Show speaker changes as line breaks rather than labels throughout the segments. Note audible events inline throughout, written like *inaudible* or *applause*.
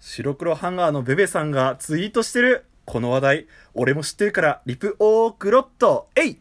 白黒ハンガーのベベさんがツイートしてる。この話題、俺も知ってるから、リプオークロット、えい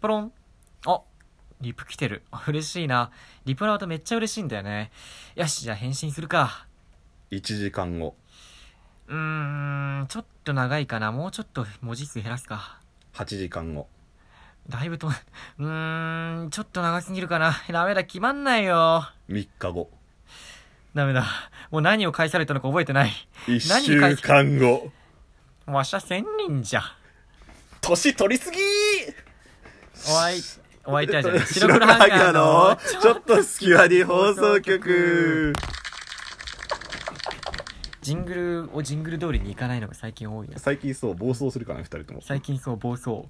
ポロン。あ、リプ来てる。 *laughs* あ嬉しいな。リプラウトめっちゃ嬉しいんだよね。よし、じゃあ返信するか。
!1 時間後、
うーん、ちょっと長いかな。もうちょっと文字数減らすか。
8時間後、
だいぶと、う *laughs* ーん、ちょっと長すぎるかな。ダメだ、決まんないよ。
3日後、
ダメだ。もう何を返されたのか覚えてない。
1週間後、
わしゃ千人じゃ。
年取りすぎー
お会い、お相手は
*laughs*
じゃ *laughs* ない。
白
白
黒
黒
ハ
ハ
ン
ン
ガ
ガ
ー
ー
の
の、
ちょっと隙間に放送局
ジングルをジングル通りに行かないのが最近多いな。
最近そう暴走するからね2人とも
最近そう、暴 *laughs* 走。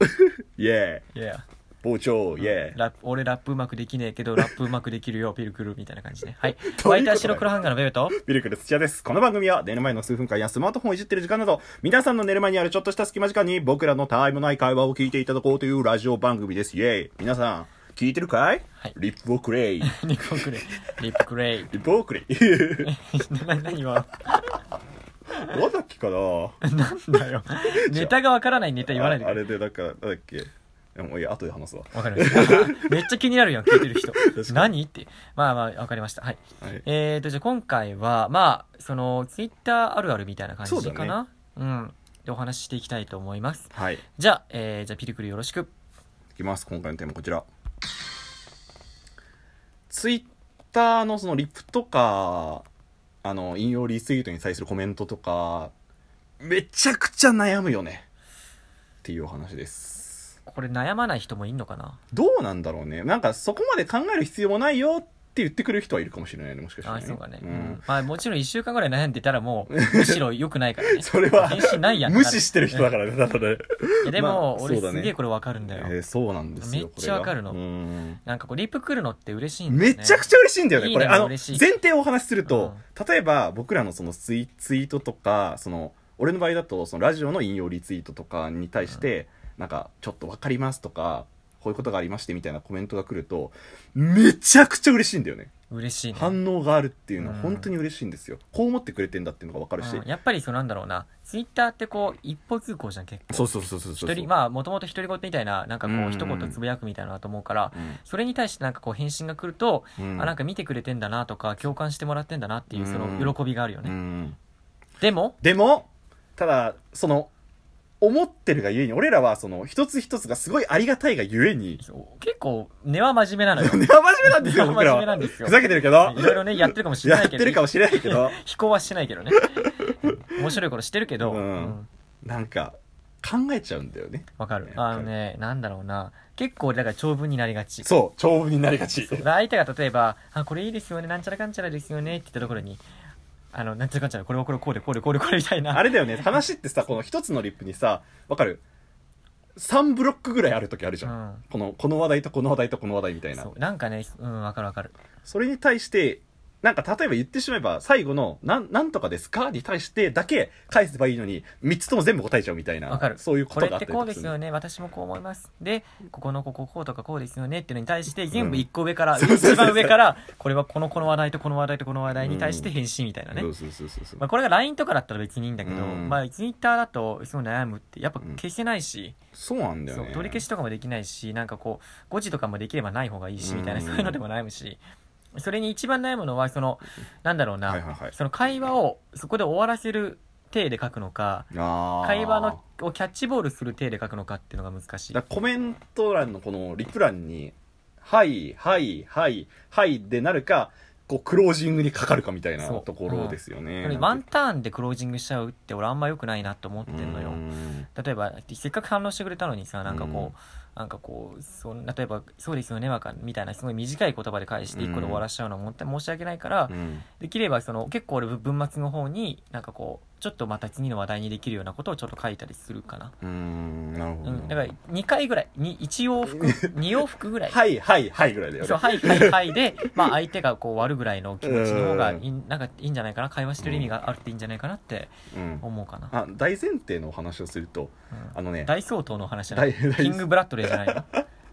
イエ
いや、
ー傍聴イエー
ラップ俺ラップうまくできねえけど、ラップうまくできるよ、ピルクルみたいな感じで。
*laughs*
はい。
と
お相手は白黒ハンガーのベベと、
ミルクル土屋ですこの番組は寝る前の数分間やスマートフォンをいじってる時間など皆さんの寝る前にあるちょっとした隙間時間に僕らのたわいもない会話を聞いていただこうというラジオ番組ですイエー皆さん聞いてるかい、
はい
リップをくれい
リップクレイ。リップクレイ。 *laughs*
リップをくれい *laughs*
な何は *laughs*
なんだっけかな
なんだ
*laughs*
よ。ネタがわからないネタ言わないで
ああ
くれ。
れでなんかなんだっけでもいや後で話すわ
わかりました。 *laughs* めっちゃ気になるやん、聞いてる人
かに。
何って。まあまあ、わかりました。はい。
はい
えーと、じゃあ今回は、まあ、その、ツイッターあるあるみたいな感じ
そうだ
か
ね
な。うん。で、お話ししていきたいと思います。
はいい
じゃあ、えー、じゃあ、ピルクルよろしく。
きます今回のテーマこちらツイッターのそのリプとかあの引用リツイートに対するコメントとかめちゃくちゃ悩むよねっていうお話です
これ悩まない人もいんのかな
どうなんだろうねなんかそこまで考える必要もないよって言ってくれる人はいるかもしれないねもしかした
あ
ら、
あ、
ね、
そうかね。うんん。まあ、もちろん一週間ぐらい悩んでたらも
*laughs*
う、むしろ良くないからね。
それは
返信ないやん
無視してる人だからねただね
いやで
ま
も、
あそ
俺
うだ
す
ね
げえこれわかるんだよ。
えーそうなんですよ
めっちゃわかるの
これがうん
なんかこう、リップ来るのって嬉しいんだよ
め
ね。
ちゃくちゃ嬉しいんだよね、
いい
こ
ね
れ。あの、
嬉しい
前提をお話しすると、例えば僕らのそのツイツイートとか、その、俺の場合だと、そのラジオの引用リツイートとかに対して、なんか、ちょっとわかりますとか、こういうことがありましてみたいなコメントが来ると、めちゃくちゃ嬉しいんだよね。
嬉しいね。
反応があるっていうのは
うん
本当に嬉しいんですよ。こう思ってくれてんだっていうのがわかるし。
うんやっぱりそうなんだろうなツイッターってこう一方通行じゃん結構
そうそうそうそうそう。
一人まあもともと独り言みたいななんかこ
うんうん
う一言つぶやくみたいなのだと思うから、
うん
それに対してなんかこう返信が来ると、
うん
あなんか見てくれてんだなとか共感してもらってんだなっていうそ
うんうん
の喜びがあるよ
う
ね、
ん
でも
でも、ただ、その、思ってるがゆえに、俺らはその、一つ一つがすごいありがたいがゆえに、
そう結構根は真面
*laughs*
目なのよ
根は真面目なんですよ、
根は
僕ら
真面目な
は
ん。ですよ
ふざけてるけど。
いろいろねやってるかもしれ
や
な
っ
い
て
けど
るかもしれないけど、
非行はしてないけ
*laughs*
どね面白いことしてるけど
う
うんん
なんか、考えちゃうんだよね。
わ、かるあのねなんだろうな結構だから長文になりがち
そう、長文になりがち。
で相手が例えば「あこれいいですよねなんちゃらかんちゃらですよね」って言ったところに「あのなんちゃらかんちゃらこれはこれこうでこうでこうでこれ」みたいな
あれだよね、話ってさ、この一つのリップにさ、わかる ?3 ブロックぐらいある時あるじ
う
ゃん。
ん
この、この話題とこの話題とこの話題みたいな
そ。うなんかねうんわかるわかる
それに対して、なんか例えば言ってしまえば、最後の、なん、なんとかですかに対してだけ返せばいいのに、3つとも全部答えちゃうみたいな。
わかる
そういうこと
れ
があ
っ
った
て
り
こ
か
とうですす
る
よね私もこう思いますでここのこここうとかこうですよねっていうのに対して全部一個上から、
そうそうそう
一番上からこれはこのこの話題とこの話題とこの話題に対して返信みたいなね、
そうそうそうそうそう。
まあ、これが LINE とかだったら別にいいんだけど、
うん
まあ Twitter だとすごい悩むってやっぱ消せないし、
そうなんだよ
そう
ね。
取り消しとかもできないしなんかこう5時とかもできればない方がいいしみたいな
うん
そういうのでも悩むしそれに一番悩むのは
*laughs*
そのなんだろうな、
はいはいはい。
その会話をそこで終わらせる体で書くのか
あー
会話のをキャッチボールする体で書くのかっていうのが難しい
だからコメント欄のこのリプ欄に、はい、はい、はい、はいでなるか、こう、クロージングにかかるかみたいな
そう
ところですよね。
これワンターンでクロージングしちゃうって俺あんま良くないなと思って
うん
んのよ例えばせっかく反応してくれたのにさなんかこう、なんかこうそん例えば「そうですよねわかる」みたいなすごい短い言葉で返して1個で終わらしちゃうのはもったい申し訳ないから、
うん
できればその結構俺文末の方になんかこうちょっとまた次の話題にできるようなことをちょっと書いたりするかな、
うん、なるほ
う
ど。
ん、だから2回ぐらいに1往復2 *laughs* 往復ぐらい
はい、はい、はいぐらいだよね。
そうはいはいはいで、まあ、相手がこう割るぐらいの気持ちの方がいいなんかいいんじゃないかな会話してる意味があるっていいんじゃないかなって
うん
思うかな、
あ大前提のお話をすると
うん
あのね
大相当の話じゃない
大大
キングブラッドレーじゃないのだか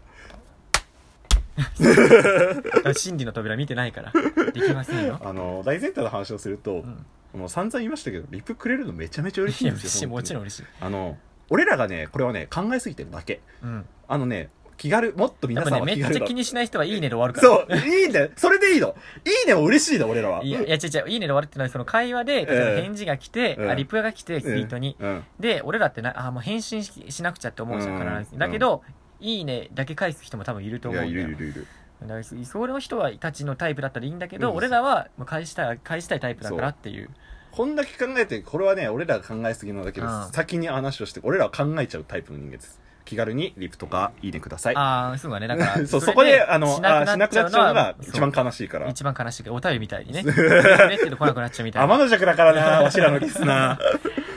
ら真理の扉見てないからできませんよ、
あの大前提の話をすると、
うん
あの散々言いましたけどリプくれるのめちゃめちゃ嬉しい
い
ん
や
で
嬉
す
しい
よ
もちろ
ん
ん嬉しい
あの俺らがねこれはね考えすぎてるだけ
うん
あのね気軽もっと
や
皆
っぱ
さん
ね
は
め
気
っ
軽
ちゃ
だ
気にしない人はいいねで終わるから
そういいんだよそれでいいのいいねも嬉しいの俺らはい
やいや違う違ういいねで終わるってのはその会話で例えば返事が来て、
うん
あリプが来てツイートに、
うん
で俺らってなあもう返信ししなくちゃって思うじゃ
うん
ん必ずだけど、いいねだけ返す人も多分いると
い
思う
や
ん
い
だ
る
よ
いるいる
だからその人はたちのタイプだったらいいんだけど、
うん
俺らはもう返したい返したいタイプだからっていう
こんだけ考えてこれはね俺らが考えすぎなだけで
うん
す先に話をして俺らは考えちゃうタイプの人間です気軽にリプとかいいねください
ああそうだねだから
*laughs* そう
れ
そこであの
し
あーしなく
なく
な
な
っ
っ
ち
ち
ゃ
ゃ
う
う
の
の
が
が
一番悲しいから
一番悲しいけどお便りみたいにねねって来なくなっちゃうみたい
天
な
の弱だから
*laughs*
なわしらのリスナ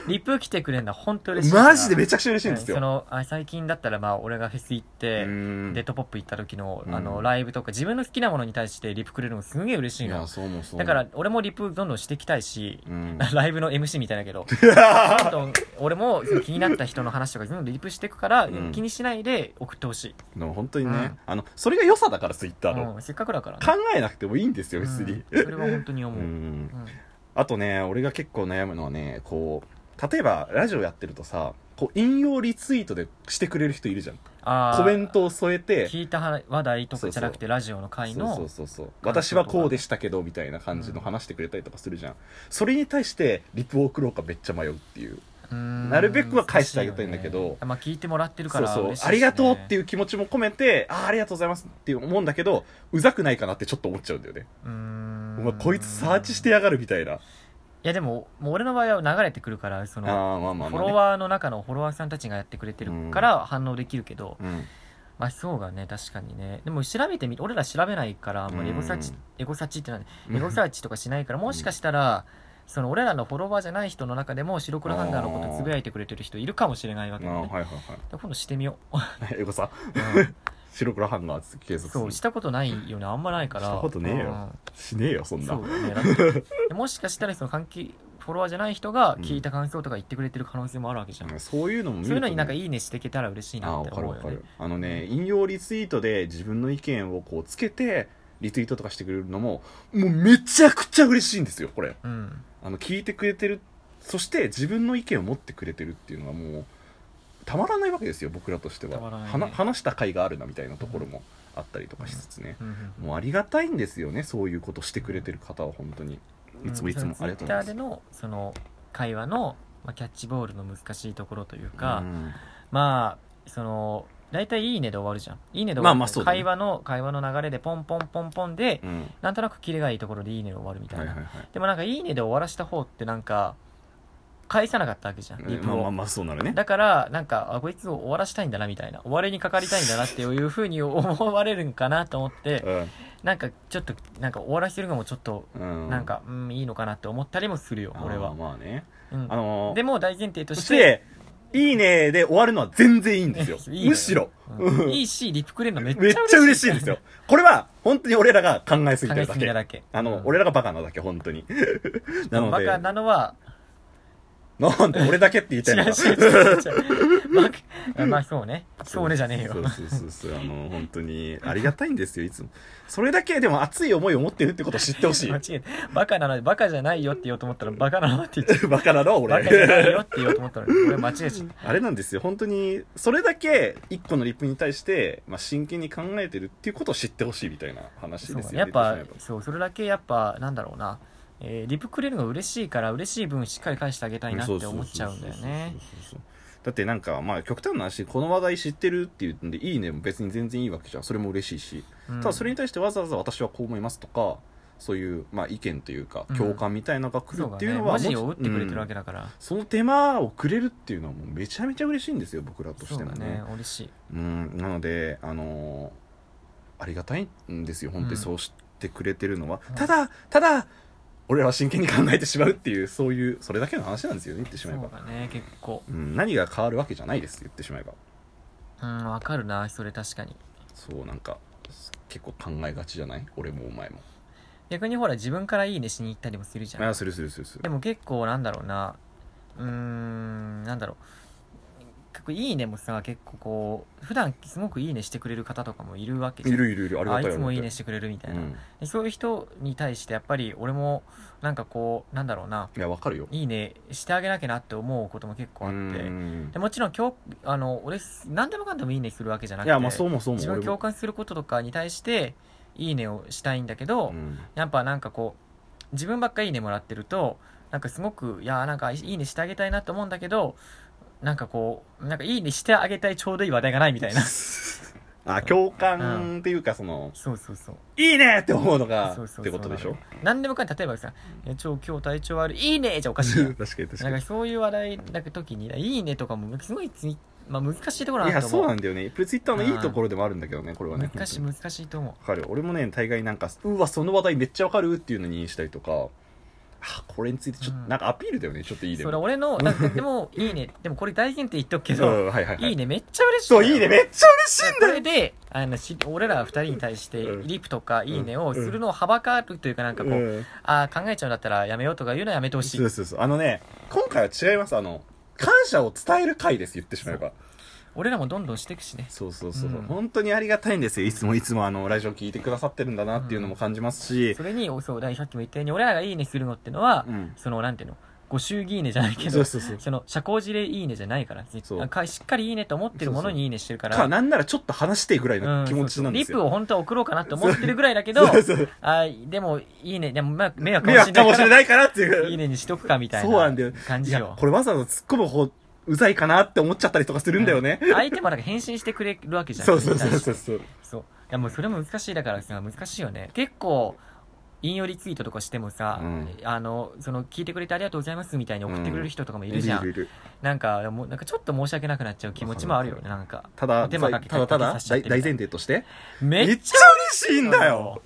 リプ来てくれるのは本当嬉し
ー
いから
マジでめちゃくちゃ嬉しいんです
そ
よ
のあ最近だったらまあ俺がフェス行って、
うん
デッドポップ行った時のあ
う
の
ん
ライブとか自分の好きなものに対してリプくれるのすんげえ嬉しい
い
の
やそうもそうも
だから俺もリプどんどんしていきたいし
う *laughs* ん
ライブの MC みたいだけどどんどん俺もその気になった人の話とかどんどんリプしていくから、
うん
気にしないで送ってほしい、
でも本当にね、
うん
あのそれが良さだからツイッターの、
うん、せっかくだからね
考えなくてもいいんですよ別に、
うんそれは本当に
う
思う、うん
んあとね俺が結構悩むのはねこう例えばラジオやってるとさこう引用リツイートでしてくれる人いるじゃん
あー
コメントを添えて
聞いた話題とかじゃなくてラジオの回の
そうそうそうそう私はこうでしたけどみたいな感じの話してくれたりとかするじゃん、それに対してリプを送ろうかめっちゃ迷うっていう
うーん
なるべくは返してあげたいんだけど
難しいよねまあ、聞いてもらってるか
そう
ら
そう、
嬉しいしね、
ありがとうっていう気持ちも込めてあーありがとうございますって思うんだけどうざくないかなってちょっと思っちゃうんだよね、
うーん
お前こいつサーチしてやがるみたいな、
いやでももう俺の場合は流れてくるからその
ああまあまあまあ、ね、
フォロワーの中のフォロワーさんたちがやってくれてるから反応できるけど、
うん
まあそうがね確かにねでも調べてみ俺ら調べないからもうエゴサー
う
チ、
ん
エゴサーチってなんでエゴサーチとかしないからもしかしたら、その俺らのフォロワーじゃない人の中でも白黒ハンガーのことつぶやいてくれてる人いるかもしれないわ
あ
け
ー
だ
はい
よね
はい
で今度してみよう、 *laughs*
はいエゴさ
うん
白黒ハンガーつって継続する
そうしたことないよねあんまないから
したことねえよしねえよそ
うん
んな
そうだねだってもしかしたらその関係フォロワーじゃない人が聞いた感想とか言ってくれてる可能性もあるわけじゃん、
うんそういうのも見る
そういうのになんか
い
いいねしていけたら嬉しい
あ
な
あ
って
分かる
思う
分
よ
か
ね
るあのね引用リツイートで自分の意見をこうつけてリツイートとかしてくれるのももうめちゃくちゃ嬉しいんですよこれ
うん
あの聞いてくれてるそして自分の意見を持ってくれてるっていうのはもうたまらないわけですよ僕らとしては
たまらないね
はな話した甲斐があるなみたいなところもあったりとかしつつね、
うんうん
もうありがたいんですよねそういうことしてくれてる方は本当にいつもいつもありがとうございます
ツイッターでのその会話の、まあ、キャッチボールの難しいところというか、
うん
まあその大体「いいね」で終わるじゃん「いいね」で終
まあ
わる、
まあそうだね
会話の会話の流れでポンポンポンポンで、
うん
なんとなくキレがいいところで「いいね」で終わるみたい
は
な、
いはいはい
でもなんか「いいね」で終わらした方ってなんか返さなかったわけじゃんリ *laughs*
うん
プ
まあ
を、
まあまあそうなるね
だからなんかあこいつを終わらしたいんだなみたいな終わりにかかりたいんだなっていうふうに思われるんかなと思って
うん
なんかちょっとなんか終わらせるのもちょっと
うん
なんか、うん、いいのかなって思ったりもするよ、俺
あ
は
ー。まあね
うん
あのー
でも大前提と
そ
し、
してて「いいね」で終わるのは全然いいんですよ
*laughs* いいのよ
むしろ、
う
うん *laughs* ん
いいし、リップくれるのめっ
めっ
ちゃ
ちゃ嬉しいんですよ。これは本当に俺らが考えすぎ
考
てる
えす
だ
ぎ
け
ただけ。
あの、
うん
俺らがバカなだけ本当
*laughs*
になの
バ
で
カな
*laughs*
のは、
なんで俺だけって言い
違
た
う
いの
違
か
う違う違う。バカ、まあそうね。そうねじゃねえよ
そ。うそうそうそうあの本当にありがたいんですよいつもそれだけでも熱い思いを持ってるってことを知ってほし
*laughs*
い
間違えたバカなので、バカじゃないよって言おうと思ったら、バカなのって言っちゃう。
バカなのは
バカじゃ
俺
ないよって言おうと思ったのに、俺間違
*laughs*
えちゃった。
あれなんですよ本当にそれだけ一個のリップに対して、まあ、真剣に考えてるっていうことを知ってほしいみたいな話
そう
で
だ
す
ね。
よ
やっ
ね
ぱ
言てしまえ、ば
そう、それだけやっぱ、なんだろうな。えーリップくれるのが嬉しいから、嬉しい分しっかり返してあげたいなって思っちゃうんだよね。
そうそうそうそうそうそうだってなんかまあ極端な話この話題知ってるっていうんで「いいね」も別に全然いいわけじゃんそれも嬉しいし、
うん
ただそれに対してわざわざ私はこう思いますとかそういうまあ意見というか
うん
共感みたいなのが来
そ
る
う
っ
だね
ていうのは
文字を打ってくれてるわけ
だ
だから、
その手間をくれるっていうのはもうめちゃめちゃ嬉しいんですよ僕らとし
そう
て
だ
もね
ね嬉しい
うんなのであのーありがたいんですよ本当
うん
にそうしてくれてるのは、
うん
ただただ俺らは真剣に考えてしまうっていうそういうそれだけの話なんですよね言ってし
そ
まえば
うだね結構
うん、何が変わるわけじゃないです言ってしまえば
うんわかるなそれ確かに
そうなんか結構考えがちじゃない俺もお前も
逆にほら自分からいいねしに行ったりもするじゃ
あ
ん
するするするす
で
る
も結構なんだろうなうーんなんだろう結構「いいね」もさ結構こう普段すごく「いいね」してくれる方とかもいるわけ
い
じゃん
るいるいるありが
あ
たい
いつも「いい
あ
ね」
り
してくれるみ
が
た
た
い
い
な、
うん
でそういう人に対してやっぱり俺もなんかこうなんだろうない
やわかるよ
いいねしてあげなきゃなって思うことも結構あ
う
って
ん
でもちろん今日あの俺何でもかんでもいいねするわけじゃな
い
くて
やまあそうもそうも
自
俺
分
も
が共感することとかに対していいねをしたいんだけど、
うん
やっぱなんかこう自分ばっかりいいねもらってるとなんかすごくいやーなんかいいねしてあげたいなと思うんだけどなんかこうなんかいいねしてあげたいちょうどいい話題がないみたいな
あ共感っていうか *laughs* その
そうそうそう
「いいね!」って思うのが
そう
っ
そうそう
てことでしょ
何でもかんで例えばさ「え超今日体調悪い」「いいね!」じゃおかしいや
*laughs*
ん
確かに確
な
か
んか
に
そういう話題なんか時に「いいね」とかもすごいつい、まあ、難しいところ
い
だな
や
と
そう
思
な
うん
だよねプツイッターのいいところでもあるんだけどねこれはね
難しい
本
難しいと思う
当にわかるよ俺もね大概なんか「うわその話題めっちゃわかる」っていうのにしたりとかあこれについてちょっと、
うん
なんかアピールだよねちょっといいで
そ
も
れ俺のなんかでも「いいね」でもこれ大前提言っとくけ
う
ど
んはいはいは
「
い
いね」めっちゃ嬉しい
そういいねめっちゃ嬉しいん
*laughs* こ
だよ
れであのし俺ら二人に対して
うん
リプとか「いいね」をするのをはばかるというかなんかこう、
うん
ああ考えちゃうんだったらやめようとか言うのはやめてほし
そう
い
そうそうあのね今回は違いますあの感謝を伝える回です言ってしまえば
俺らもどんどんしていくしね
そうそうそう、
うん
本当にありがたいんですよいつもいつもあのラジオ聞いてくださってるんだなっていうのも感じますし、
それにおそうださっきも言ったように俺らが「いいね」するのってのは、
うん
そのなんていうのご祝儀いいねじゃないけ
そ
ど
うそうそう
その社交辞令いいねじゃないから
そう
あかしっかりいいねと思ってるものにいいねしてるから
かなんならちょっと話してぐらい
うん
の気持ちなんです
そうそうリプ
よ、
を本当は送ろうかなと思ってるぐらいだけど
そうそう
あーでもいいねでもまあ迷惑
迷惑か
か
も
も
し
し
れ
れない
ないからって
か
い
ら
う
いいねにしとくかみたい
そうなんだよ
な感
い
じ
や
よ
これわざわざ突っ込む方うざいかなって思っちゃったりとかするんだよね、
うん *laughs* 相手もなんか返信してくれるわけじゃん
そうそうそう
そ
そううそう
そういやもうそれも難しいだからさ難しいよね結構引用リツイートとかしてもさ、
うん
あのその聞いてくれてありがとうございますみたいに送ってくれる人とかもいるじゃん、
いるいる
なんかもうなんかちょっと申し訳なくなっちゃう気持ちもあるよねなんか
ただ
手間かけ
ただた
かけ
だ
させち
大
ゃってみたい
大前提として
め
め
っ
っ
ち
ちゃ嬉しいんだよ